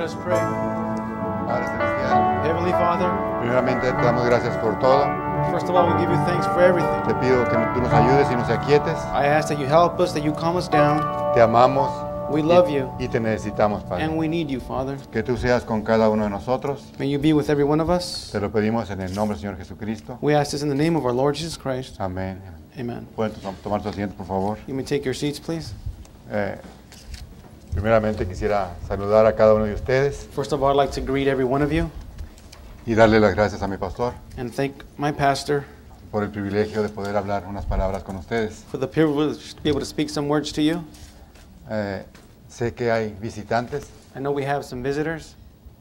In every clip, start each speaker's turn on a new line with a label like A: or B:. A: us pray.
B: Padre Celestial,
A: Heavenly Father,
B: primeramente te damos gracias por todo.
A: first of all, we give you thanks for everything.
B: Te pido que tú nos ayudes y nos aquietes.
A: I ask that you help us, that you calm us down.
B: Te amamos
A: We
B: y-
A: love you
B: y te necesitamos,
A: and
B: Padre.
A: we need you, Father.
B: Que tú seas con cada uno de nosotros.
A: May you be with every one of us.
B: Te lo pedimos en el nombre del Señor Jesucristo.
A: We ask this in the name of our Lord Jesus Christ.
B: Amén.
A: Amen.
B: Pueden to- tomar su asiento, por favor.
A: You may take your seats, please.
B: Eh, primeramente quisiera saludar a cada uno de ustedes
A: First of all, I'd like to greet every one of you
B: y darle las gracias a mi pastor
A: and thank my pastor
B: por el privilegio de poder hablar unas palabras con ustedes.
A: for the privilege to be able to speak some words to you.
B: Eh, sé que hay visitantes.
A: I know we have some visitors.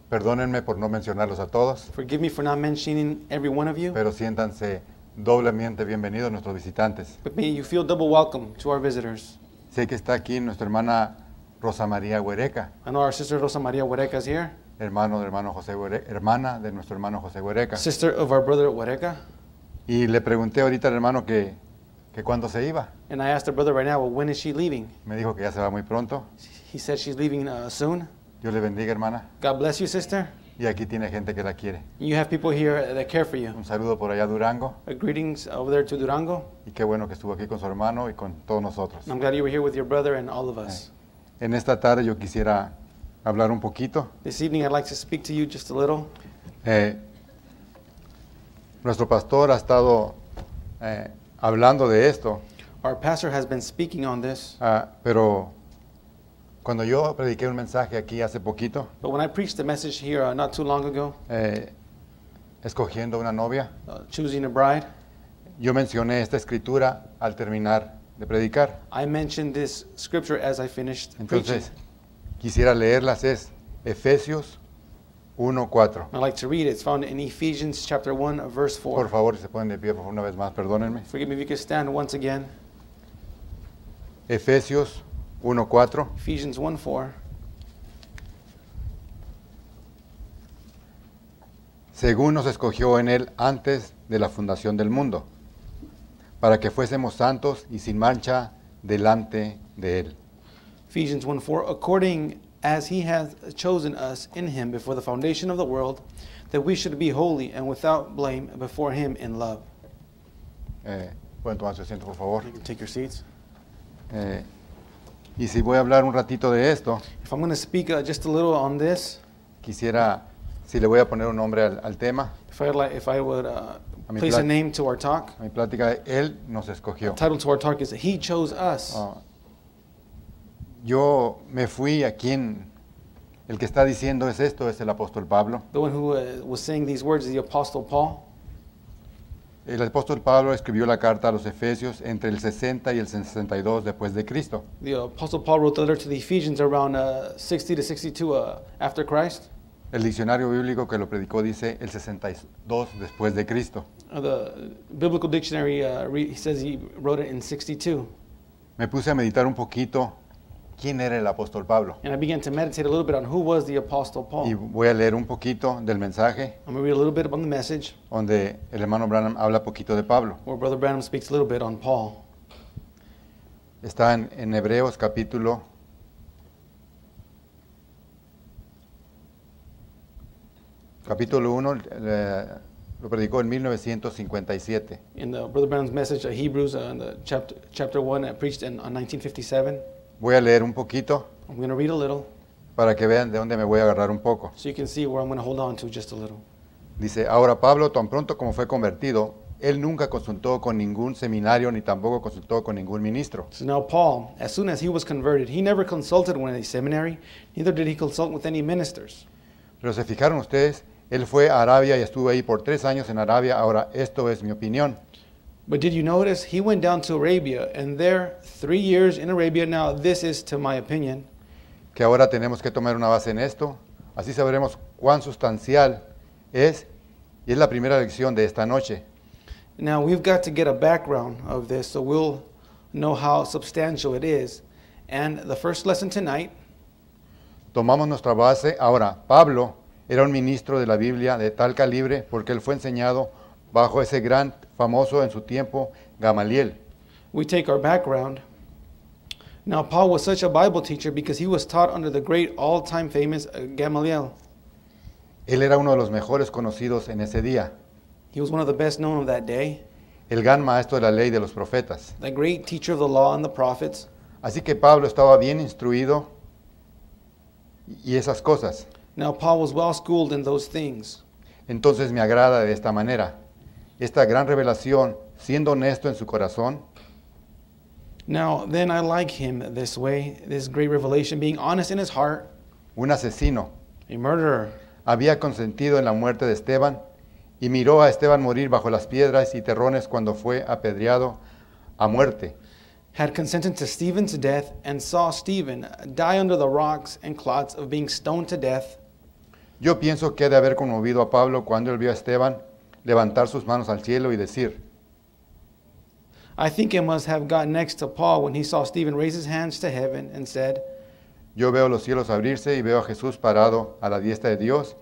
B: Perdónenme por no mencionarlos a todos.
A: Forgive me for not mentioning every one of you,
B: pero siéntanse doblemente bienvenidos nuestros visitantes.
A: but may you feel double welcome to our visitors.
B: Sé que está aquí nuestra hermana Rosa María Huereca,
A: I know our sister Rosa Maria Huereca is here,
B: hermano de hermano José Huere- hermana de nuestro hermano José Huereca.
A: sister of our brother Huereca.
B: Y le pregunté ahorita al hermano que, que cuándo se iba.
A: And I asked her brother right now, well, when is she leaving?
B: Me dijo que ya se va muy pronto.
A: He said she's leaving uh, soon.
B: Dios le bendiga, hermana.
A: God bless you, sister.
B: Y aquí tiene gente que la quiere.
A: You have people here that care for you.
B: Un saludo por allá a Durango.
A: Uh, greetings over there to Durango.
B: Y qué bueno que estuvo aquí con su hermano y con todos nosotros.
A: I'm glad you were here with your brother and all of us.
B: En esta tarde yo quisiera hablar un poquito.
A: This evening, I'd like to speak to you just a little.
B: Eh, nuestro pastor ha estado eh, hablando de esto,
A: Our pastor has been speaking on this,
B: ah, pero cuando yo prediqué un mensaje aquí hace poquito,
A: but when I preached the message here uh, not too long ago,
B: eh, escogiendo una novia,
A: uh, choosing a bride,
B: yo mencioné esta escritura al terminar de predicar.
A: I mentioned this scripture as I finished preaching.
B: Entonces, quisiera leerlas, es Efesios 1.4.
A: I'd like to read it. It's found in Ephesians chapter 1, verse 4.
B: Por favor, si se ponen de pie, por favor, una vez más, perdónenme.
A: Forgive me if you could stand once again.
B: Efesios 1.4.
A: Ephesians 1, 4.
B: según nos escogió en él antes de la fundación del mundo, para que fuésemos santos y sin mancha delante de él.
A: Ephesians 1 4, according as he hath chosen us in him before the foundation of the world, that we should be holy and without blame before him in love.
B: Eh, pueden tomar su asiento, por favor.
A: You can take your seats.
B: Eh, y si voy a hablar un ratito de esto,
A: If I'm going to speak uh, just a little on this,
B: quisiera, si le voy a poner un nombre al, al tema,
A: if I, like, if I would uh,
B: I mean,
A: place a
B: black-
A: name to our talk,
B: a mi plática, él nos escogió.
A: title to our talk is He Chose Us.
B: Ah, yo me fui a quien, el que está diciendo es esto, es el apóstol Pablo.
A: The one who uh, was saying these words is the Apostle Paul.
B: El apóstol Pablo escribió la carta a los Efesios entre el 60 y el 62 después de Cristo.
A: The Apostle Paul wrote the letter to the Ephesians around uh, 60 to 62 uh, after Christ.
B: El diccionario bíblico que lo predicó dice el 62 después de Cristo.
A: Uh, the biblical dictionary uh, re- he says he wrote it in 62.
B: Me puse a meditar un poquito quién era el apóstol Pablo.
A: And I began to meditate a little bit on who was the Apostle
B: Y
A: Paul.
B: voy a leer un poquito del mensaje
A: I'm going to read a little bit about the message
B: donde el hermano Branham habla poquito de Pablo.
A: where Brother Branham speaks a little bit on Paul.
B: Está en, en Hebreos capítulo capítulo 1 lo predicó en 1957.
A: In the Brother Branham's message, uh, Hebrews, uh, in the chapter, chapter 1, I preached in on 1957.
B: Voy a leer un poquito
A: I'm going to read a little
B: para que vean de dónde me voy a agarrar un poco.
A: so you can see where I'm going to hold on to just a little.
B: Dice, ahora Pablo, tan pronto como fue convertido, él nunca consultó con ningún seminario ni tampoco consultó con ningún ministro.
A: So now, Paul, as soon as he was converted, he never consulted with any seminary, neither did he consult with any ministers.
B: Pero se fijaron ustedes, él fue a Arabia y estuvo ahí por tres años en Arabia. Ahora, esto es mi opinión.
A: But did you notice? He went down to Arabia, and there, three years in Arabia. Now, this is to my opinion.
B: Que ahora tenemos que tomar una base en esto. Así sabremos cuán sustancial es. Y es la primera lección de esta noche.
A: Now, we've got to get a background of this so we'll know how substantial it is. And the first lesson tonight,
B: Tomamos nuestra base. Ahora, Pablo era un ministro de la Biblia de tal calibre porque él fue enseñado bajo ese gran famoso en su tiempo, Gamaliel.
A: we take our background Now, Paul was such a Bible teacher because he was taught under the great, all time famous uh, Gamaliel.
B: Él era uno de los mejores conocidos en ese día,
A: He was one of the best known of that day,
B: el gran maestro de la ley de los profetas.
A: the great teacher of the law and the prophets.
B: Así que Pablo estaba bien instruido y esas cosas.
A: Now, Paul was well schooled in those things.
B: Entonces me agrada de esta manera. Esta gran revelación, siendo honesto en su corazón,
A: Now, then I like him this way, this great revelation, being honest in his heart,
B: un asesino
A: a murderer.
B: había consentido en la muerte de Esteban y miró a Esteban morir bajo las piedras y terrones cuando fue apedreado a muerte.
A: had consented to Stephen's death and saw Stephen die under the rocks and clots of being stoned to death.
B: Yo pienso que ha de haber conmovido a Pablo cuando él vio a Esteban levantar sus manos al cielo y decir,
A: I think it must have got next to Paul when he saw Stephen raise his hands to heaven and said,
B: yo veo los cielos abrirse y veo a Jesús parado a la diestra de Dios.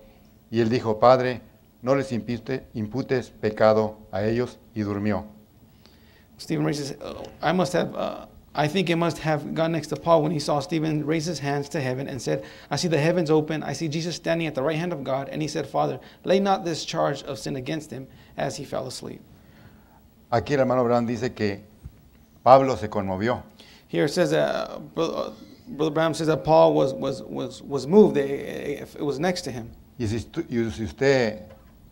B: Y él dijo, Padre, no les impute- imputes pecado a ellos y durmió.
A: Stephen raises, oh, I must have, uh, I think it must have got next to Paul when he saw Stephen raise his hands to heaven and said, I see the heavens open, I see Jesus standing at the right hand of God. And he said, Father, lay not this charge of sin against him as he fell asleep.
B: Aquí el hermano Brown dice que Pablo se conmovió.
A: Here it says that, uh, Bro- uh, Brother Bram says that Paul was, was, was, was moved, eh, eh, if it was next to him.
B: Y si, tú- y si usted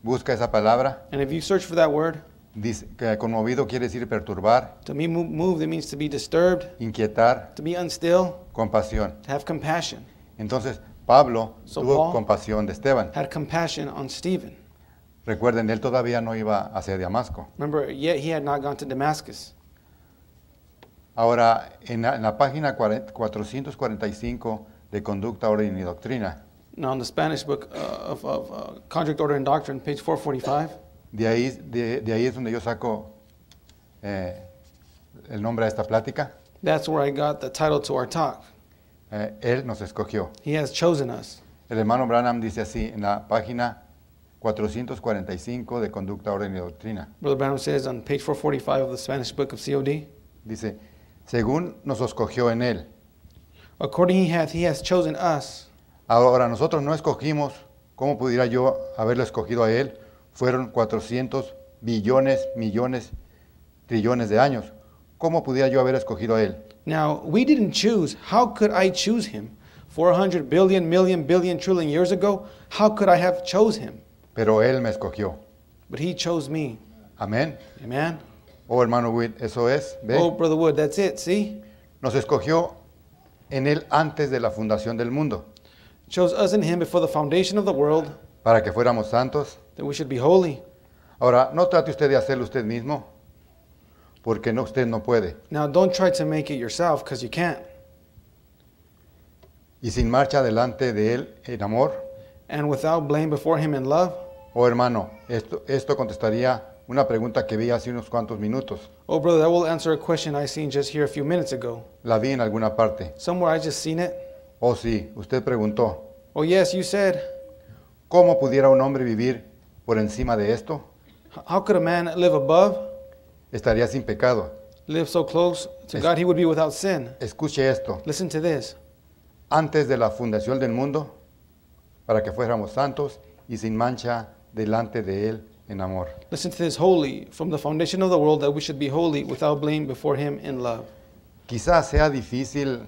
B: busca esa palabra,
A: And if you search for that word,
B: dice que conmovido quiere decir perturbar,
A: to me, move, moved, it means to be disturbed,
B: inquietar,
A: to be unstill,
B: compasión.
A: to have compassion.
B: Entonces Pablo
A: So
B: tuvo
A: Paul-
B: compasión de Esteban.
A: Had compassion on Stephen.
B: Recuerden, él todavía no iba hacia Damasco.
A: Remember, yet he had not gone to Damascus.
B: Ahora, en la, en la página 40 445 de Conducta, Orden y Doctrina,
A: Now, in the Spanish book uh, of, of uh, Contract Order and Doctrine, page 445,
B: de ahí, de, de ahí es donde yo saco eh, el nombre de esta plática.
A: that's where I got the title to our talk.
B: Eh, él nos escogió.
A: He has chosen us.
B: El hermano Branham dice así en la página 445 de Conducta, Orden y Doctrina.
A: Brother Branham says on page 445 of the Spanish book of COD,
B: Dice, según nos escogió en él.
A: according he hath, he has chosen us.
B: Ahora nosotros no escogimos, ¿cómo pudiera yo haberlo escogido a él? Fueron 400 billones, millones, trillones de años. ¿Cómo pudiera yo haber escogido a él?
A: Now, we didn't choose. How could I choose him? 400 billion, million, billion, trillion years ago, how could I have chose him?
B: Pero él me escogió.
A: But he chose me.
B: Amén.
A: Amen.
B: Oh, hermano Witt, eso es. ¿Ve?
A: Oh, Brother Wood, that's it. See?
B: Nos escogió en él antes de la fundación del mundo,
A: Chose us in him before the foundation of the world
B: para que fuéramos santos.
A: that we should be holy.
B: Ahora, no trate usted de hacerlo usted mismo, porque no, usted no puede.
A: Now, don't try to make it yourself because you can't.
B: Y sin marcha delante de él en amor,
A: And without blame before him in love.
B: Oh hermano, esto, esto contestaría una pregunta que vi hace unos cuantos minutos.
A: Oh, brother, that will answer a question I seen just here a few minutes ago.
B: La vi en alguna parte.
A: Somewhere I just seen it.
B: Oh sí, usted preguntó,
A: Oh, yes, you said,
B: ¿cómo pudiera un hombre vivir por encima de esto?
A: "H- How could a man live above,
B: Estaría sin pecado.
A: live so close to
B: Es-
A: God he would be without sin?
B: Escuche esto.
A: Listen to this.
B: Antes de la fundación del mundo, para que fuéramos santos y sin mancha delante de él en amor.
A: Listen to this holy from the foundation of the world that we should be holy without blame before him in love.
B: Quizás sea difícil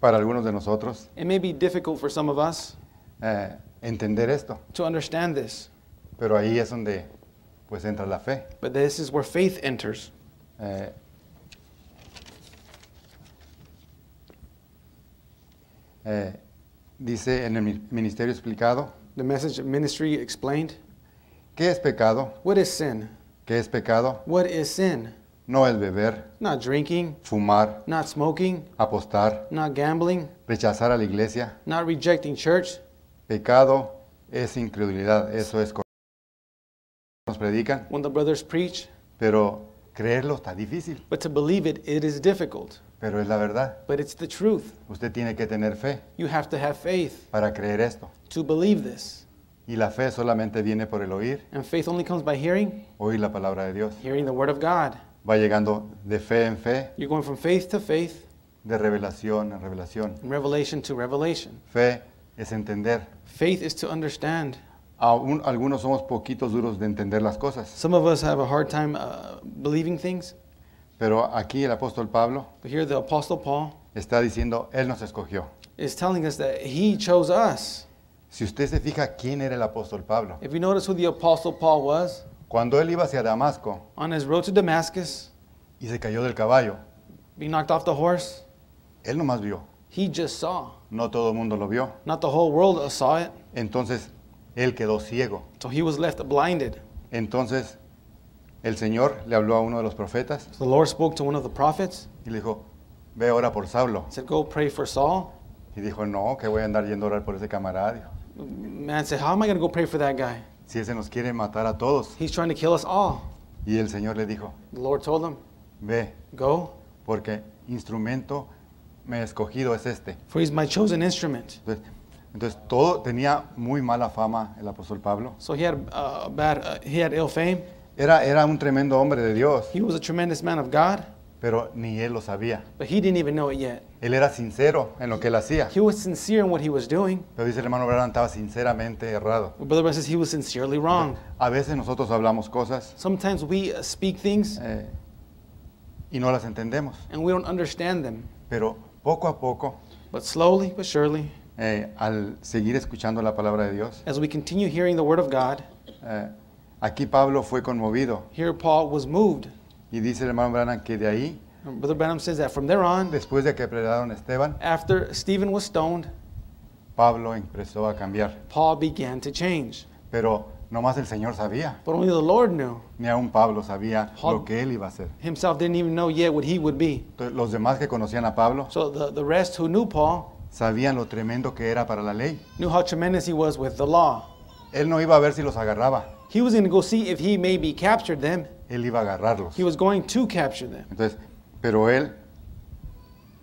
B: para algunos de nosotros
A: It may be difficult for some of us
B: eh, entender esto,
A: to understand this,
B: pero ahí es donde pues entra la fe.
A: but this is where faith enters.
B: Eh, eh, dice en el mi- ministerio explicado,
A: The message of ministry explained
B: ¿qué es pecado?
A: What is sin?
B: ¿Qué es pecado?
A: What is sin?
B: No es beber,
A: Not drinking,
B: fumar,
A: not smoking,
B: apostar,
A: not gambling,
B: rechazar a la iglesia.
A: not rejecting church.
B: Pecado es incredulidad, eso es correcto. Nos predican,
A: When the brothers preach,
B: pero creerlo está difícil,
A: but to believe it, it is difficult.
B: pero es la verdad.
A: But it's the truth.
B: Usted tiene que tener fe
A: You have to have faith
B: para creer esto.
A: to believe this.
B: Y la fe solamente viene por el oír,
A: And faith only comes by hearing,
B: oír la palabra de Dios.
A: hearing the word of God.
B: va llegando de fe en fe
A: You're going from faith to faith
B: de revelación en revelación.
A: revelation to revelation.
B: Fe es entender.
A: Faith is to understand.
B: Aún algunos somos poquitos duros de entender las cosas,
A: Some of us have a hard time uh, believing things,
B: pero aquí el apóstol Pablo
A: but here the Apostle Paul
B: está diciendo, Él nos escogió.
A: is telling us that he chose us.
B: Si usted se fija quién era el apóstol Pablo,
A: If you notice who the Apostle Paul was,
B: cuando él iba hacia Damasco
A: on his road to Damascus,
B: y se cayó del caballo,
A: being knocked off the horse,
B: él nomás vio,
A: he just saw.
B: no todo el mundo lo vio.
A: Not the whole world saw it,
B: Entonces, él quedó ciego.
A: so he was left blinded.
B: Entonces, el Señor le habló a uno de los profetas
A: So the Lord spoke to one of the prophets,
B: y le dijo, ve ahora por Saulo.
A: said, Go pray for Saul.
B: Y dijo, no, que voy a andar yendo a orar por ese camarada. Dijo,
A: Man said, How am I going to go pray for that guy?
B: Si ese nos quiere matar a todos.
A: He's trying to kill us all.
B: Y el Señor le dijo,
A: The Lord told him,
B: ve,
A: Go,
B: porque instrumento me escogido es este.
A: for he's my chosen instrument.
B: Entonces, entonces, todo tenía muy mala fama el apóstol Pablo.
A: So he had uh, bad, uh, he had ill fame.
B: Era, era un tremendo hombre de Dios,
A: He was a tremendous man of God,
B: pero ni él lo sabía.
A: but he didn't even know it yet.
B: Él era sincero en lo que él hacía.
A: He was sincere in what he was doing.
B: Pero dice el hermano Branham, estaba sinceramente errado.
A: But Brother Brown says he was sincerely wrong.
B: A veces nosotros hablamos cosas
A: Sometimes we uh, speak things
B: eh, y no las entendemos,
A: and we don't understand them.
B: pero poco a poco,
A: But slowly but surely,
B: eh, al seguir escuchando la palabra de Dios,
A: as we continue hearing the word of God,
B: eh, aquí Pablo fue conmovido
A: here Paul was moved.
B: y dice el hermano Branham que de ahí,
A: And Brother Branham says that from there on,
B: después de que predaron a Esteban,
A: after Stephen was stoned,
B: Pablo empezó a cambiar.
A: Paul began to change.
B: Pero nomás el Señor sabía,
A: But only the Lord knew.
B: ni aun Pablo sabía
A: Paul-
B: lo que él iba a hacer.
A: Himself didn't even know yet what he would be.
B: Entonces, los demás que conocían a Pablo
A: So the, the rest who knew Paul
B: sabían lo tremendo que era para la ley.
A: knew how tremendous he was with the law.
B: Él no iba a ver si los agarraba,
A: He was going to go see if he maybe captured them.
B: él iba a agarrarlos.
A: He was going to capture them.
B: Entonces, pero él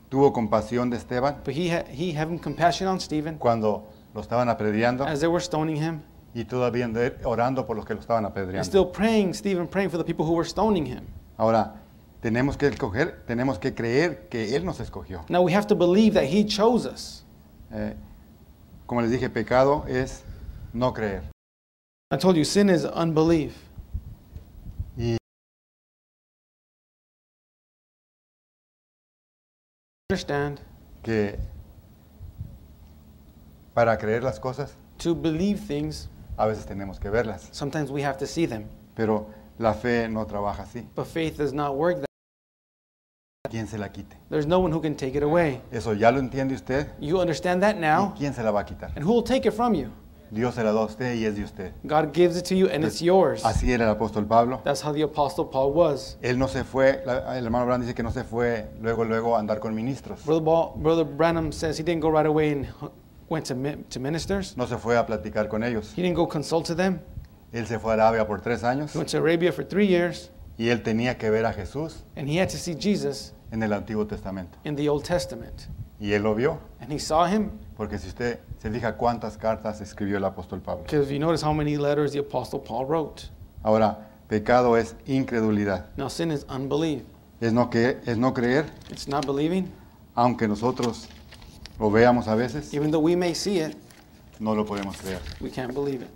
B: tuvo compasión de Esteban
A: But he, ha- he having compassion on Stephen
B: cuando lo estaban apedreando
A: as they were stoning him,
B: y todavía de- orando por los que lo estaban
A: and
B: apedreando.
A: still praying, Stephen praying for the people who were stoning him.
B: Ahora, tenemos que escoger, tenemos que creer que él nos escogió.
A: Now we have to believe that he chose us.
B: Eh, como les dije, pecado es no creer.
A: I told you, sin is unbelief.
B: Y
A: Hmm. Understand?
B: que para creer las cosas
A: To believe things,
B: a veces tenemos que verlas,
A: sometimes we have to see them.
B: pero la fe no trabaja así.
A: But faith does not work that.
B: ¿Quién se la quite?
A: There's no one who can take it away.
B: Eso ya lo entiende usted.
A: You understand that now?
B: ¿Y quién se la va a quitar?
A: And who will take it from you?
B: Dios se la da a usted y es de usted.
A: God gives it to you and it's yours.
B: Así era el apóstol Pablo.
A: That's how the Apostle Paul was.
B: Él no se fue, la- el hermano Brand dice que no se fue luego, luego a andar con ministros.
A: Brother, Paul, Brother Branham says he didn't go right away and went to, mi- to ministers.
B: No se fue a platicar con ellos.
A: He didn't go consult to them.
B: Él se fue a Arabia por tres años
A: He went to Arabia for three years
B: y él tenía que ver a Jesús
A: and he had to see Jesus
B: en el Antiguo Testamento.
A: in the Old Testament.
B: Y él lo vio,
A: And he saw him
B: porque si usted se fija cuántas cartas escribió el apóstol Pablo.
A: because you notice how many letters the Apostle Paul wrote.
B: Ahora, pecado es incredulidad.
A: Now, sin is unbelief.
B: Es no, que, es no creer,
A: It's not believing.
B: aunque nosotros lo veamos a veces,
A: Even though we may see it,
B: no lo podemos creer.
A: we can't believe it.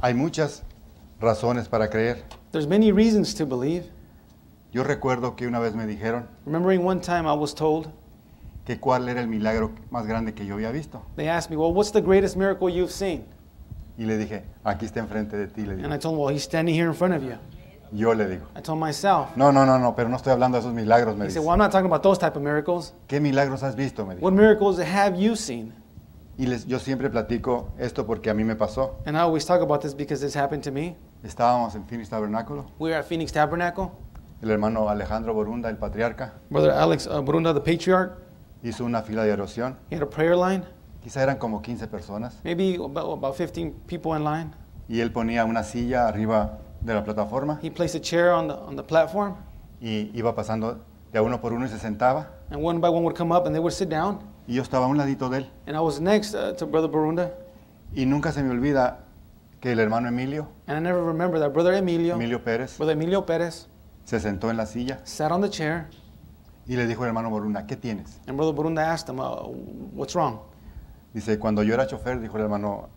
B: Hay muchas razones para creer.
A: There's many reasons to believe.
B: Yo recuerdo que una vez me dijeron
A: Remembering one time I was told,
B: que cuál era el milagro más grande que yo había visto.
A: they asked me, Well, what's the greatest miracle you've seen?
B: Y le dije, aquí está enfrente de ti, le
A: And
B: digo.
A: I told him, Well, he's standing here in front of you.
B: Yo le digo.
A: I told myself.
B: No, no, no, no, pero no estoy hablando de esos milagros, me
A: He
B: dice.
A: said, Well, I'm not talking about those type of miracles.
B: ¿Qué milagros has visto? Me dijo.
A: What miracles have you seen?
B: Y les, yo siempre platico esto porque a mí me pasó.
A: And I always talk about this because this happened to me.
B: Estábamos en Phoenix Tabernáculo,
A: We were at Phoenix Tabernacle.
B: el hermano Alejandro Borunda, el patriarca,
A: Brother Alex uh, Brunda, the patriarch,
B: hizo una fila de oración.
A: he had a prayer line,
B: Quizá eran como 15 personas.
A: maybe about, about 15 people in line.
B: Y él ponía una silla arriba de la plataforma
A: He placed a chair on the, on the platform,
B: y iba pasando de a uno por uno y se sentaba.
A: and one by one would come up and they would sit down.
B: Y yo estaba a un ladito de él.
A: And I was next uh, to Brother Barunda,
B: Y nunca se me olvida que el hermano Emilio,
A: and I never remember that Brother Emilio,
B: Emilio Pérez,
A: Brother Emilio Perez,
B: se sentó en la silla
A: sat on the chair
B: y Y le dijo el hermano Borunda, ¿qué tienes?
A: And Brother Borunda asked him, uh, What's wrong?
B: Dice, cuando yo era chofer, dijo el hermano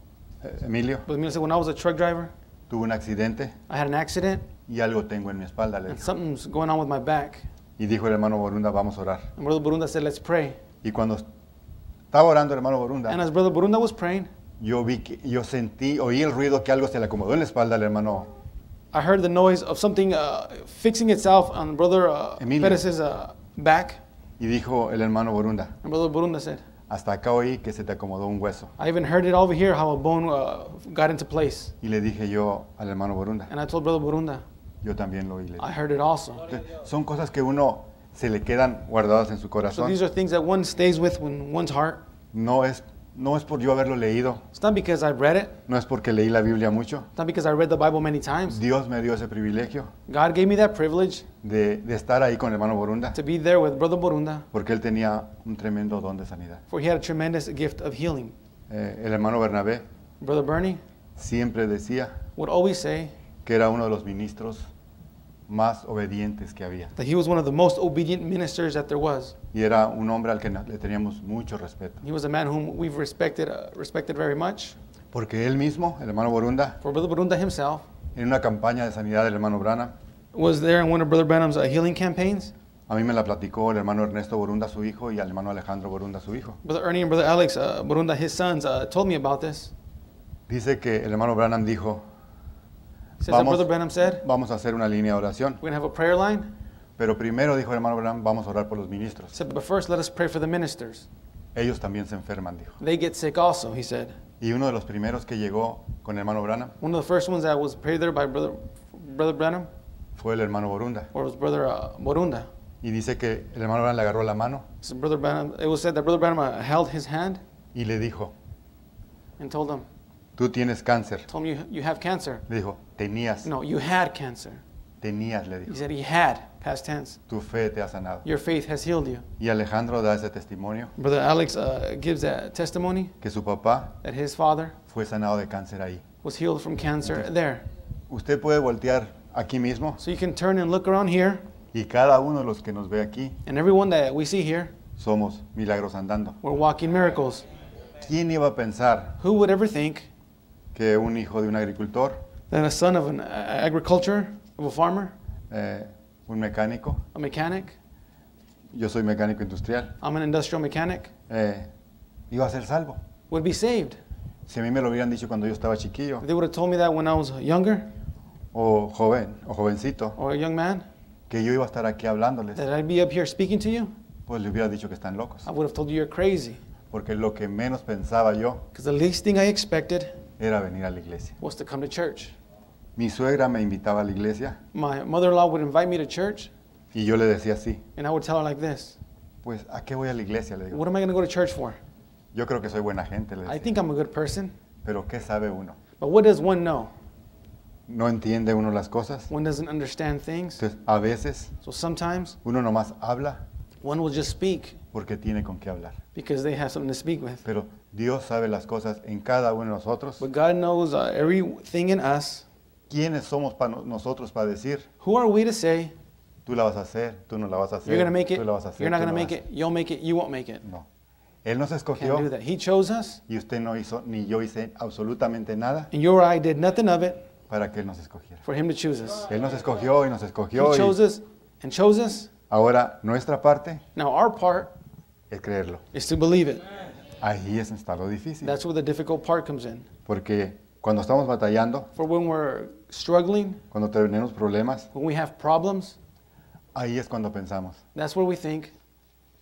B: eh, Emilio,
A: Brother Emilio said, When I was a truck driver,
B: tuve un accidente
A: I had an accident
B: y algo tengo en mi espalda. le
A: and
B: dijo.
A: something's going on with my back.
B: Y dijo el hermano Borunda, vamos a orar.
A: And Brother Borunda said, Let's pray.
B: Y cuando estaba orando el hermano
A: And
B: Borunda,
A: as Brother Borunda was praying,
B: yo vi que, yo sentí, oí el ruido que algo se le acomodó en la espalda al hermano
A: I heard the noise of something uh, fixing itself on Brother uh,
B: Emilio.
A: Perez's uh, back.
B: Y dijo el hermano Borunda,
A: And Brother Borunda said,
B: hasta acá oí que se te acomodó un hueso.
A: I even heard it over here how a bone uh, got into place.
B: Y le dije yo al hermano Borunda,
A: And I told Brother Borunda,
B: yo también lo oí. le dije.
A: I heard it also.
B: Entonces, son cosas que uno se le quedan guardadas en su
A: So
B: corazón.
A: these are things that one stays with when one's heart.
B: No es, no es por yo haberlo leído,
A: It's not because I read it.
B: no es porque leí la Biblia mucho.
A: It's not because I read the Bible many times.
B: Dios me dio ese privilegio
A: God gave me that privilege
B: de, de estar ahí con el hermano Borunda,
A: to be there with Brother Borunda,
B: porque él tenía un tremendo don de sanidad.
A: for he had a tremendous gift of healing.
B: Eh, el hermano Bernabé
A: Brother Bernie
B: siempre decía
A: would always say
B: que era uno de los ministros más obedientes que había.
A: that he was one of the most obedient ministers that there was.
B: Y era un hombre al que no- le teníamos mucho respeto.
A: He was a man whom we've respected, uh, respected very much.
B: Porque él mismo, el hermano Borunda,
A: For Brother Borunda himself
B: en una campaña de sanidad del hermano Brana,
A: was there in one of Brother Branham's uh, healing campaigns.
B: a mí me la platicó el hermano Ernesto Borunda, su hijo, y el hermano Alejandro Borunda, su hijo.
A: Brother Ernie and Brother Alex uh, Borunda, his sons, uh, told me about this.
B: Dice que el hermano Branham dijo,
A: He says that
B: vamos,
A: Brother Branham said,
B: vamos a hacer una línea de oración,
A: we're going to have a prayer line.
B: pero primero dijo el hermano Branham, vamos a orar por los ministros.
A: He said, but first let us pray for the ministers.
B: Ellos también se enferman, dijo.
A: They get sick also, he said.
B: Y uno de los primeros que llegó con el hermano Branham
A: One of the first ones that was prayed there by Brother, Brother Branham
B: fue el hermano Borunda.
A: or was Brother uh, Borunda.
B: Y dice que el hermano Branham le agarró la mano
A: So Brother Branham, it was said that Brother Branham uh, held his hand
B: y le dijo,
A: and told him,
B: tú tienes cáncer.
A: told him, you, you have cancer.
B: Le dijo, tenías,
A: No, you had cancer.
B: tenías, le
A: He
B: dijo.
A: said he had, past tense.
B: Tu fe te ha sanado.
A: Your faith has healed you.
B: Y Alejandro da ese testimonio
A: Brother Alex uh, gives that testimony
B: que su papá
A: that his father
B: fue sanado de cáncer ahí.
A: was healed from cancer there.
B: Usted puede voltear aquí mismo
A: So you can turn and look around here,
B: y cada uno de los que nos ve aquí
A: and everyone that we see here,
B: somos milagros andando.
A: we're walking miracles.
B: ¿Quién iba a pensar
A: Who would ever think
B: que un hijo de un agricultor,
A: that a son of an a- agriculture, of a farmer,
B: eh, un mecánico,
A: a mechanic,
B: yo soy mecánico industrial,
A: I'm an industrial mecanic,
B: eh, iba a ser salvo?
A: would be saved?
B: Si a mí me lo hubieran dicho cuando yo estaba chiquillo
A: They would have told me that when I was younger
B: o joven o jovencito,
A: or a young man,
B: que yo iba a estar aquí hablándoles,
A: that I'd be up here speaking to you,
B: pues le hubiera dicho que están locos.
A: I would have told you you're crazy.
B: Porque lo que menos pensaba yo
A: Because the least thing I expected
B: era venir a la iglesia.
A: was to come to church.
B: Mi suegra me invitaba a la iglesia
A: My mother in law would invite me to church,
B: Y yo le decía así,
A: and I would tell her like this
B: pues ¿a qué voy a la iglesia? Le digo,
A: What am I going to go to church for?
B: yo creo que soy buena gente, le
A: I
B: decía.
A: think I'm a good person,
B: Pero ¿qué sabe uno?
A: but what does one know?
B: No entiende uno las cosas.
A: One doesn't understand things.
B: Entonces, a veces
A: So sometimes
B: uno nomás habla
A: one will just speak
B: porque tiene con qué hablar.
A: because they have something to speak with.
B: Pero Dios sabe las cosas en cada uno de nosotros.
A: But God knows uh, everything in us.
B: ¿Quiénes somos para nosotros para decir,
A: Who are we to say,
B: tú la vas a hacer, tú no la vas a hacer,
A: you're going to make it,
B: tú la vas a hacer,
A: you're not
B: tú
A: going to make
B: no vas
A: it, you'll make it, you won't make it?
B: a- No. Él nos
A: Can't do
B: escogió
A: that. He chose us,
B: y usted no hizo, ni yo hice absolutamente nada
A: and you or I did nothing of it
B: para que Él nos escogiera.
A: for Him to choose us.
B: Él nos escogió y nos
A: He
B: escogió.
A: chose
B: Y
A: us and chose us.
B: ahora nuestra parte
A: Now, our part
B: es creerlo.
A: is to believe it.
B: Ahí es está lo difícil.
A: That's where the difficult part comes in.
B: Porque cuando estamos batallando,
A: For when we're struggling,
B: cuando tenemos problemas,
A: when we have problems,
B: ahí es cuando pensamos,
A: that's where we think,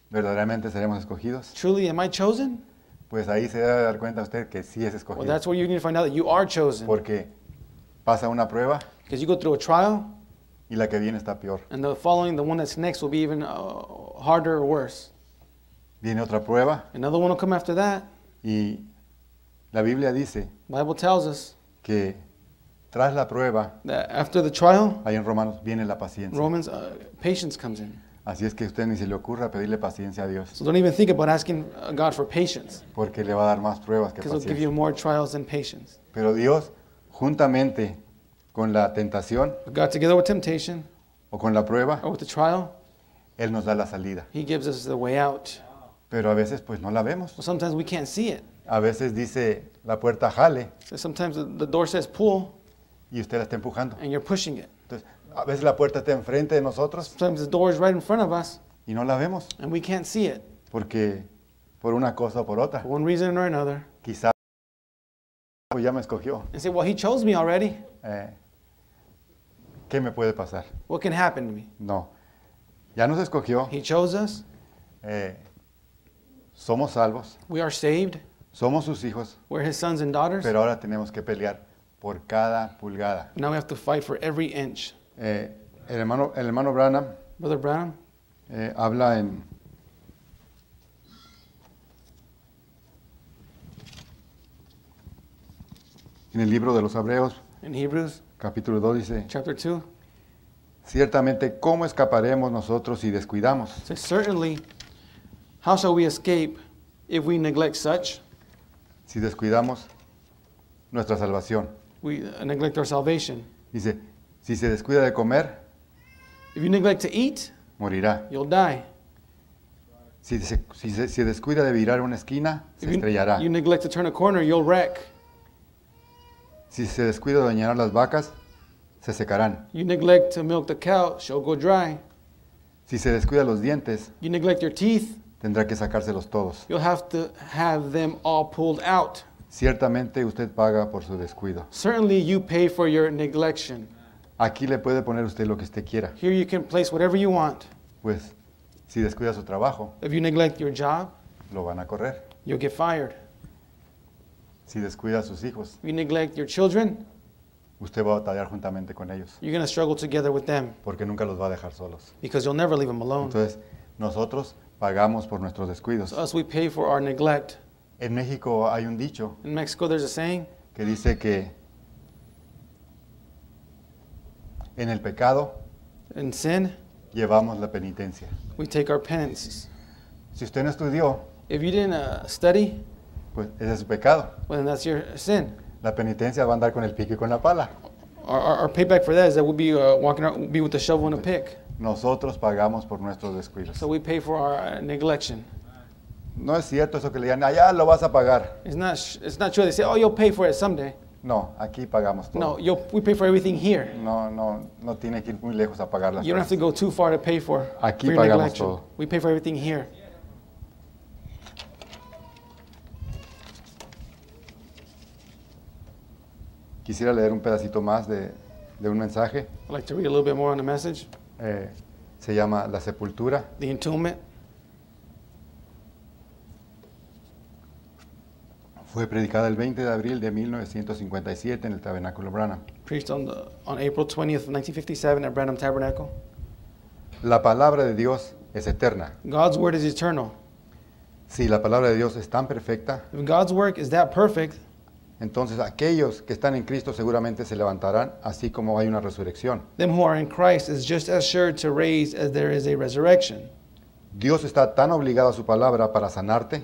B: ¿verdaderamente seremos escogidos?
A: truly, am I chosen?
B: Pues ahí se debe dar cuenta usted que sí es
A: Well,
B: escogido.
A: that's where you need to find out that you are chosen.
B: Porque pasa una prueba
A: Because you go through a trial,
B: y la que viene está peor.
A: and the following, the one that's next, will be even uh, harder or worse.
B: Viene otra prueba
A: Another one will come after that.
B: y la Biblia dice
A: Bible tells us
B: que tras la prueba,
A: that after the trial,
B: ahí en Romanos, viene la paciencia.
A: Romans uh, patience comes in.
B: Así es que a usted ni se le ocurra pedirle paciencia a Dios,
A: So don't even think about asking uh, God for patience,
B: porque le va a dar más pruebas que
A: because He'll give you
B: paciencia.
A: more trials than patience.
B: Pero Dios, juntamente con la tentación
A: But God, together with temptation
B: o con la prueba,
A: or with the trial,
B: Él nos da la salida.
A: He gives us the way out.
B: Pero a veces pues no la vemos.
A: Well, sometimes we can't see it.
B: A veces dice la puerta jale
A: So sometimes the, the door says pull
B: y usted la está empujando.
A: and you're pushing it.
B: Entonces, a veces la puerta está enfrente de nosotros
A: Sometimes the door is right in front of us
B: y no la vemos
A: and we can't see it
B: porque por una cosa o por otra.
A: for one reason or another.
B: Quizá pues, ya me escogió.
A: And say, well, he chose me already.
B: Eh, ¿Qué me puede pasar?
A: What can happen to me?
B: No. Ya nos escogió.
A: He chose us.
B: eh, somos salvos.
A: We are saved.
B: Somos sus hijos.
A: We're his sons and daughters.
B: Pero ahora tenemos que pelear por cada pulgada.
A: Now we have to fight for every inch.
B: Eh, el, hermano, el hermano Branham
A: Brother Branham,
B: eh, habla en... En el libro de los Hebreos,
A: in Hebrews
B: capítulo 2, dice,
A: chapter 2,
B: ciertamente, ¿cómo escaparemos nosotros si descuidamos?
A: says, Certainly, how shall we escape if we neglect such?
B: Si descuidamos nuestra salvación.
A: We uh, neglect our salvation.
B: Dice, si se descuida de comer,
A: If you neglect to eat,
B: morirá.
A: you'll die.
B: Si se, si se- se descuida de virar una esquina, se
A: If you,
B: estrellará.
A: you neglect to turn a corner, you'll wreck.
B: Si se descuida de dañar las vacas, se secarán.
A: You neglect to milk the cow, she'll go dry.
B: Si se descuida los dientes,
A: You neglect your teeth,
B: tendrá que sacárselos todos.
A: you'll have to have them all pulled out.
B: Ciertamente usted paga por su descuido.
A: Certainly, you pay for your neglection.
B: Aquí le puede poner usted lo que usted quiera.
A: Here you can place whatever you want.
B: Pues si descuida su trabajo,
A: If you neglect your job,
B: lo van a correr.
A: you'll get fired.
B: Si descuida a sus hijos,
A: If you neglect your children,
B: usted va a batallar juntamente con ellos,
A: you're going to struggle together with them
B: porque nunca los va a dejar solos.
A: because you'll never leave them alone.
B: Entonces, nosotros pagamos por nuestros descuidos.
A: So us, we pay for our neglect.
B: En México hay un dicho
A: In Mexico, there's a saying
B: que dice que en el pecado
A: in sin,
B: llevamos la penitencia.
A: we take our penances.
B: Si usted no estudió,
A: If you didn't uh, study,
B: pues ese es su pecado.
A: well, then that's your sin.
B: La penitencia va a andar con el pico y con la pala.
A: Our, our, our payback for that is that we'll be uh, walking out, we'll be with a shovel and a pick.
B: Nosotros pagamos por nuestros descuidos.
A: So we pay for our uh, neglection.
B: No es cierto eso que le digan, allá lo vas a pagar.
A: It's not, sh- it's not true. They say, oh, you'll pay for it someday.
B: No, aquí pagamos
A: No,
B: todo.
A: you'll, we pay for everything here.
B: No, no, no tiene que ir muy lejos a pagar las
A: You don't have to
B: cosas.
A: go too far to pay for,
B: Aquí
A: for your
B: pagamos
A: neglection.
B: todo.
A: We pay for everything here.
B: Quisiera leer un pedacito más de, de un mensaje.
A: I'd like to read a little bit more on the message.
B: Eh, se llama La Sepultura.
A: The entombment
B: Fue predicada el 20 de abril de 1957 en el Tabernáculo Branham.
A: preached on, the, on April 20th, 1957 at Branham Tabernacle.
B: La palabra de Dios es eterna.
A: God's word is eternal.
B: Si la palabra de Dios es tan perfecta,
A: If God's work is that perfect,
B: entonces aquellos que están en Cristo seguramente se levantarán, así como hay una resurrección.
A: them who are in Christ is just as sure to raise as there is a resurrection.
B: Dios está tan obligado a su palabra para sanarte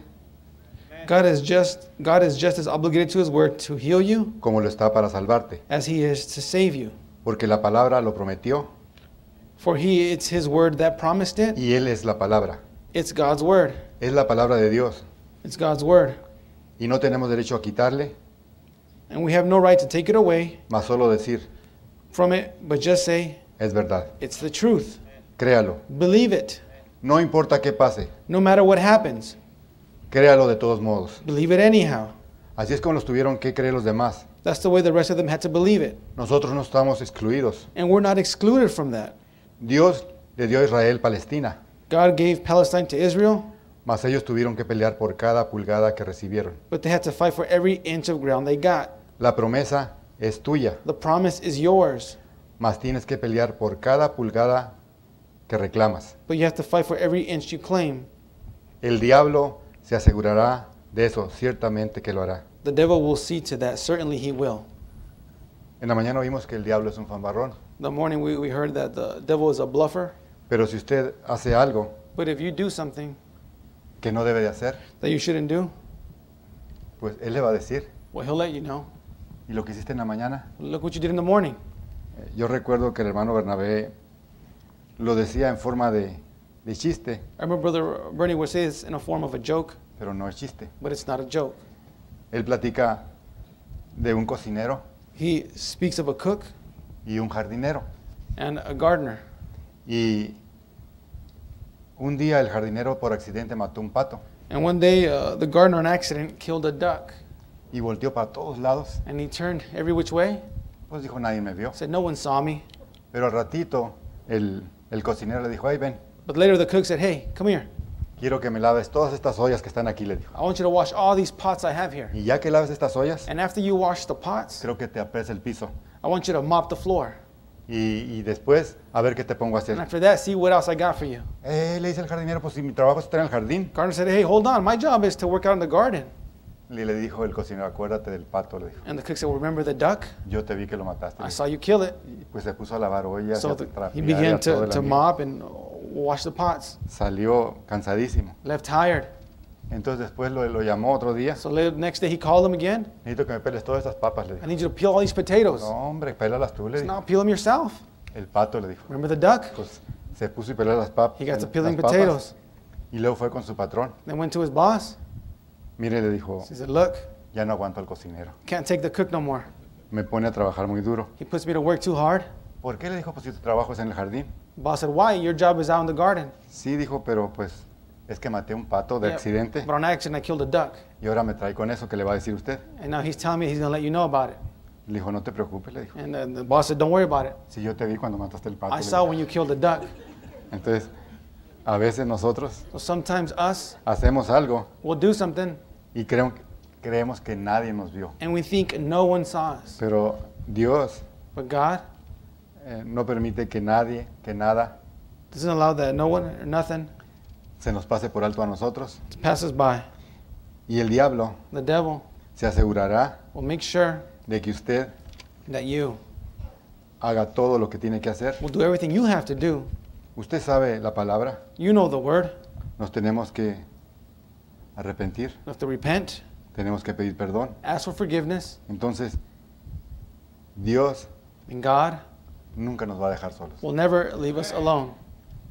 A: God is just God is just as obligated to his word to heal you
B: como lo está para salvarte,
A: as he is to save you.
B: porque la palabra lo prometió
A: For he it's his word that promised it.
B: y Él es la palabra.
A: It's God's word.
B: Es la palabra de Dios
A: It's God's word.
B: y no tenemos derecho a quitarle,
A: And we have no right to take it away
B: más solo decir,
A: from it, but just say
B: es verdad.
A: it's the truth.
B: Créalo.
A: Believe it.
B: No importa qué pase,
A: No matter what happens.
B: créalo de todos modos.
A: Believe it anyhow.
B: Así es como los tuvieron que creer los demás.
A: That's the way the rest of them had to believe it.
B: Nosotros no estamos excluidos.
A: And we're not excluded from that.
B: Dios le dio a Israel Palestina,
A: God gave Palestine to Israel,
B: mas ellos tuvieron que pelear por cada pulgada que recibieron.
A: but they had to fight for every inch of ground they got.
B: La promesa es tuya,
A: The promise is yours,
B: mas tienes que pelear por cada pulgada que reclamas.
A: but you have to fight for every inch you claim.
B: El diablo se asegurará de eso, ciertamente que lo hará.
A: The devil will see to that. Certainly he will.
B: En la mañana vimos que el diablo es un fanbarrón,
A: In the morning we, we heard that the devil is a bluffer,
B: pero si usted hace algo
A: but if you do something
B: que no debe de hacer,
A: that you shouldn't do,
B: pues él le va a decir,
A: well, he'll let you know.
B: ¿y lo que hiciste en la mañana?
A: Look what you did in the morning.
B: Eh, Yo recuerdo que el hermano Bernabé lo decía en forma de, de chiste,
A: I remember Brother Bernie would say this in a form of a joke,
B: pero no es chiste.
A: but it's not a joke.
B: Él platica de un cocinero
A: He speaks of a cook
B: y un jardinero.
A: and a gardener.
B: Y un día el jardinero por accidente mató un pato
A: And one day, uh, the gardener, in an accident, killed a duck.
B: y volteó para todos lados.
A: And he turned every which way,
B: Pues dijo, nadie me vio.
A: said, No one saw me.
B: Pero al ratito el, el cocinero le dijo, ay ven,
A: But later, the cook said, Hey, come here.
B: quiero que me laves todas estas ollas que están aquí, le dijo.
A: I want you to wash all these pots I have here.
B: Y ya que laves estas ollas,
A: And after you wash the pots,
B: creo que te apesa el piso.
A: I want you to mop the floor.
B: Y, y después, a ver qué te pongo a
A: And
B: hacer.
A: after that, see what else I got for you.
B: Eh, le dice el jardinero, pues si mi trabajo está en el jardín.
A: Gardener said, Hey, hold on. My job is to work out in the garden.
B: Y le dijo el cocinero, acuérdate del pato, le dijo.
A: And the cook said, well, Remember the duck?
B: Yo te vi que lo mataste.
A: I saw you kill it.
B: Y pues se puso a lavar ollas, y
A: Ah, So
B: a
A: the-
B: trapear
A: he
B: y a
A: began
B: todo
A: to,
B: el
A: to
B: ambiente.
A: mop and wash the pots.
B: Salió cansadísimo.
A: Left tired.
B: Entonces después lo, lo llamó otro día.
A: So later, next day, he called him again.
B: Necesito que me peles todas estas papas,
A: I
B: le dijo.
A: need you to peel all these potatoes.
B: No, hombre, pélalas tú, le
A: Just
B: dijo.
A: now, peel them yourself.
B: El pato le dijo.
A: Remember the duck?
B: Pues se puso y peló las papas.
A: He got to
B: las
A: peeling
B: papas.
A: potatoes.
B: Y luego fue con su patrón.
A: Then went to his boss.
B: Mire, le dijo,
A: He said, Look,
B: ya no aguanto al cocinero.
A: can't take the cook no more.
B: Me pone a trabajar muy duro.
A: He puts me to work too hard.
B: ¿Por qué le dijo, pues si tu trabajo es en el jardín?
A: Boss said, Why? Your job is out in the garden.
B: Sí, dijo, pero pues es que maté un pato de
A: Yeah,
B: accidente
A: But on accident, I killed a duck.
B: y ahora me trae con eso que le va a decir usted.
A: And now he's telling me he's going to let you know about it.
B: Le dijo, no te preocupes, le dijo.
A: And the, the boss said, Don't worry about it.
B: Si yo te vi cuando mataste el pato.
A: I
B: le
A: saw
B: dijo.
A: when you killed the duck.
B: Entonces, a veces nosotros
A: So sometimes us
B: hacemos algo
A: will do something
B: y creo- creemos que nadie nos vio.
A: and we think no one saw us.
B: Pero Dios
A: But God
B: eh, no permite que nadie, que nada,
A: doesn't allow that no one or nothing
B: se nos pase por alto a nosotros.
A: to pass us by.
B: Y el diablo
A: The devil
B: se asegurará
A: will make sure
B: de que usted
A: that you
B: haga todo lo que tiene que hacer.
A: will do everything you have to do.
B: Usted sabe la palabra,
A: You know the word.
B: nos tenemos que arrepentir,
A: You have to repent,
B: tenemos que pedir perdón.
A: ask for forgiveness,
B: Entonces, Dios
A: and God
B: nunca nos va a dejar solos.
A: will never leave us alone.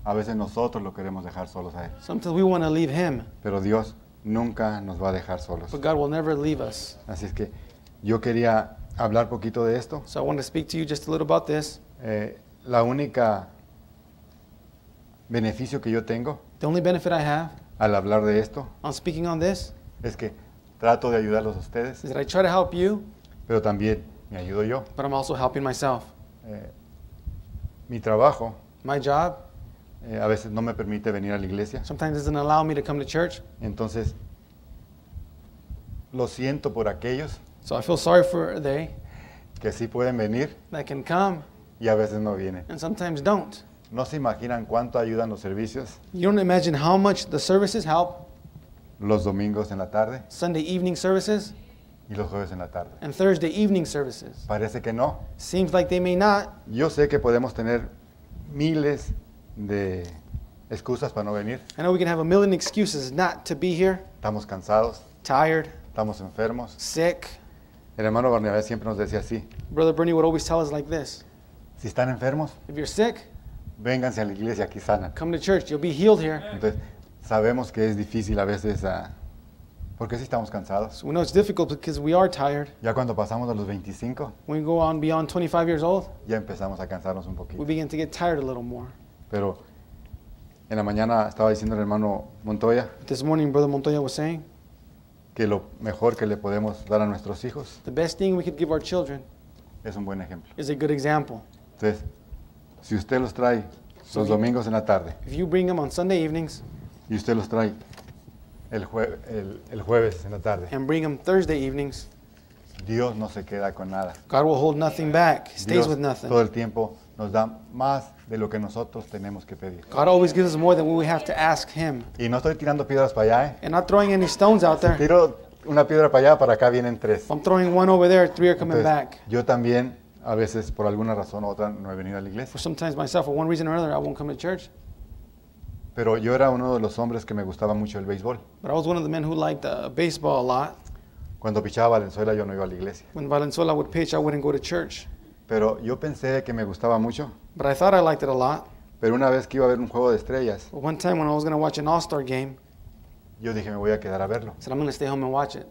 B: A veces nosotros lo queremos dejar solos a Él,
A: Sometimes we want to leave Him,
B: pero Dios nunca nos va a dejar solos.
A: but God will never leave us.
B: Así es que yo quería hablar poquito de esto.
A: So I want to speak to you just a little about this.
B: Eh, la única beneficio que yo tengo
A: The only benefit I have
B: al hablar de esto
A: on speaking on this
B: es que trato de ayudarlos a ustedes,
A: is that I try to help you,
B: pero también me ayudo yo.
A: but I'm also helping myself.
B: Eh, mi trabajo
A: My job
B: eh, a veces no me permite venir a la iglesia,
A: sometimes doesn't allow me to come to church,
B: entonces lo siento por aquellos
A: so I feel sorry for they
B: que sí pueden venir
A: that can come
B: y a veces no vienen.
A: and sometimes don't.
B: No se imaginan cuánto ayudan los servicios
A: You don't imagine how much the services help
B: los domingos en la tarde
A: Sunday evening services
B: y los jueves en la tarde.
A: and Thursday evening services.
B: Parece que no.
A: Seems like they may not.
B: Yo sé que podemos tener miles de excusas para no venir.
A: I know we can have a million excuses not to be here
B: Estamos cansados,
A: tired,
B: estamos enfermos.
A: sick.
B: El hermano Barnabé siempre nos decía así,
A: Brother Bernie would always tell us like this
B: si están enfermos,
A: If you're sick,
B: vénganse a la iglesia, aquí sanan.
A: come to church. You'll be healed here.
B: Entonces, sabemos que es difícil a veces, ah, porque sí estamos cansados.
A: So we know it's difficult because we are tired.
B: Ya cuando pasamos a los 25,
A: When we go on beyond 25 years old,
B: ya empezamos a cansarnos un
A: we
B: poquito.
A: begin to get tired a little more.
B: Pero en la mañana estaba diciendo el hermano Montoya
A: But this morning, Brother Montoya was saying
B: que lo mejor que le podemos dar a nuestros hijos
A: the best thing we could give our children
B: es un buen ejemplo.
A: is a good example.
B: Entonces, si usted los trae los domingos en la tarde
A: If you bring them on Sunday evenings
B: y usted los trae el, jue- el- el jueves en la tarde,
A: and bring them Thursday evenings,
B: Dios no se queda con nada.
A: God will hold nothing back. He stays
B: Dios
A: with
B: todo
A: nothing.
B: el tiempo nos da más de lo que nosotros tenemos que pedir.
A: God always gives us more than we have to ask Him.
B: Y no estoy tirando piedras para allá, ¿eh?
A: And not throwing any stones out there. If
B: Tiro una piedra para allá, para acá vienen tres.
A: I'm throwing one over there, three are coming back.
B: Entonces, yo también, a veces, por alguna razón u otra, no he venido a la iglesia.
A: For sometimes myself, for one reason or another, I won't come to church.
B: Pero yo era uno de los hombres que me gustaba mucho el béisbol.
A: But I was one of the men who liked uh, baseball a lot.
B: Cuando pichaba Valenzuela, yo no iba a la iglesia.
A: When Valenzuela would pitch, I wouldn't go to church.
B: Pero yo pensé que me gustaba mucho
A: But I thought I liked it a lot
B: Pero una vez que iba a ver un juego de estrellas,
A: But one time when I was going to watch an All Star game,
B: yo dije, me voy a quedar a verlo.
A: I said, I'm going to stay home and watch it.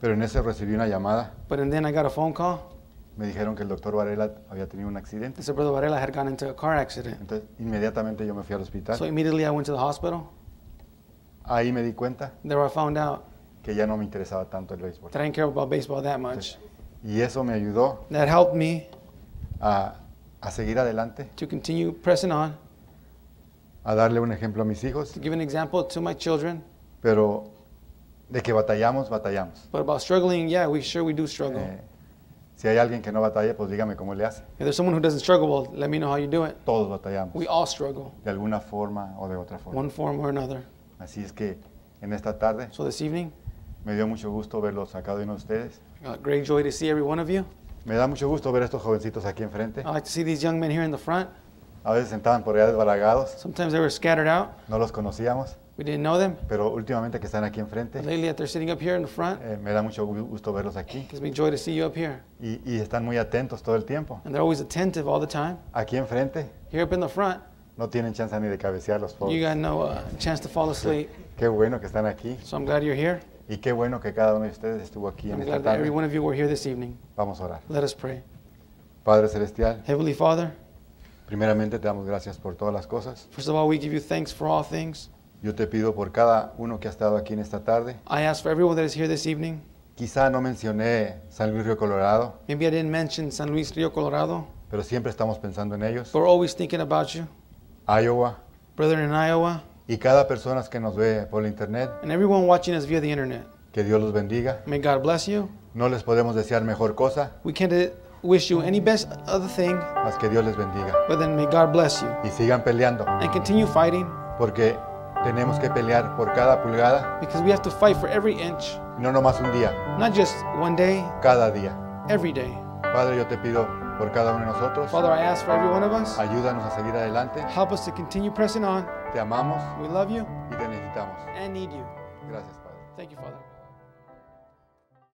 B: Pero en eso recibí una llamada.
A: But and then I got a phone call.
B: Me dijeron que el doctor Varela había tenido un accidente.
A: They said Brother Varela had gotten into a car accident.
B: Entonces, inmediatamente yo me fui al
A: So
B: hospital.
A: immediately I went to the hospital.
B: Ahí me di cuenta
A: There I found out
B: que ya no me interesaba tanto el béisbol.
A: that I didn't care about baseball that much.
B: Y eso me ayudó
A: That helped me
B: a, a seguir adelante,
A: to continue pressing on,
B: a darle un ejemplo a mis hijos,
A: to give an example to my children.
B: pero de que batallamos, batallamos.
A: But about struggling, yeah, we sure we do struggle.
B: Eh, si hay alguien que no batalla, pues dígame cómo le hace.
A: If there's someone who doesn't struggle, well, let me know how you do it.
B: Todos batallamos,
A: We all struggle,
B: de alguna forma o de otra forma.
A: one form or another.
B: Así es que en esta tarde
A: So this evening,
B: me dio mucho gusto verlos acá de uno de ustedes.
A: uh, great joy to see every one of you.
B: Me da mucho gusto ver a estos jovencitos aquí enfrente.
A: I like to see these young men here in the front.
B: A veces sentaban por allá desbaragados,
A: Sometimes they were scattered out.
B: no los conocíamos,
A: We didn't know them.
B: pero últimamente que están aquí
A: But
B: enfrente,
A: lately, that they're sitting up here in the front. It
B: eh, me da mucho gu- gusto verlos aquí
A: gives me joy to see you up here.
B: y, y están muy atentos todo el tiempo.
A: And they're always attentive all the time.
B: Aquí enfrente
A: Here up in the front,
B: no tienen chance ni de cabecear los
A: you
B: pobres.
A: got no uh, chance to fall asleep.
B: Qué bueno que están aquí
A: So I'm glad you're here.
B: y qué bueno que cada uno de ustedes estuvo aquí en
A: I'm
B: esta
A: glad that every
B: tarde.
A: one of you were here this evening.
B: Vamos a orar.
A: Let us pray.
B: Padre Celestial,
A: Heavenly Father,
B: primeramente te damos gracias por todas las cosas.
A: first of all, we give you thanks for all things.
B: Yo te pido por cada uno que ha estado aquí en esta tarde.
A: I ask for everyone that is here this evening.
B: Quizá no mencioné San Luis Río Colorado,
A: Maybe I didn't mention San Luis Rio Colorado,
B: pero siempre estamos pensando en ellos.
A: but we're always thinking about you.
B: Iowa
A: Brethren in Iowa,
B: y cada persona que nos ve por la internet,
A: and everyone watching us via the internet,
B: que Dios los bendiga.
A: may God bless you.
B: No les podemos desear mejor cosa
A: We can't uh, wish you any best other thing,
B: más que Dios les bendiga.
A: but then may God bless you.
B: Y sigan peleando,
A: And continue fighting
B: porque tenemos que pelear por cada pulgada,
A: because we have to fight for every inch,
B: y no nomás un día,
A: not just one day,
B: cada día.
A: every day.
B: Padre, yo te pido por cada uno de nosotros,
A: Father, I ask for every one of us,
B: ayúdanos a seguir adelante.
A: help us to continue pressing on.
B: Te amamos
A: We love you
B: y te necesitamos.
A: and need you.
B: Gracias, Padre.
A: Thank you, Father.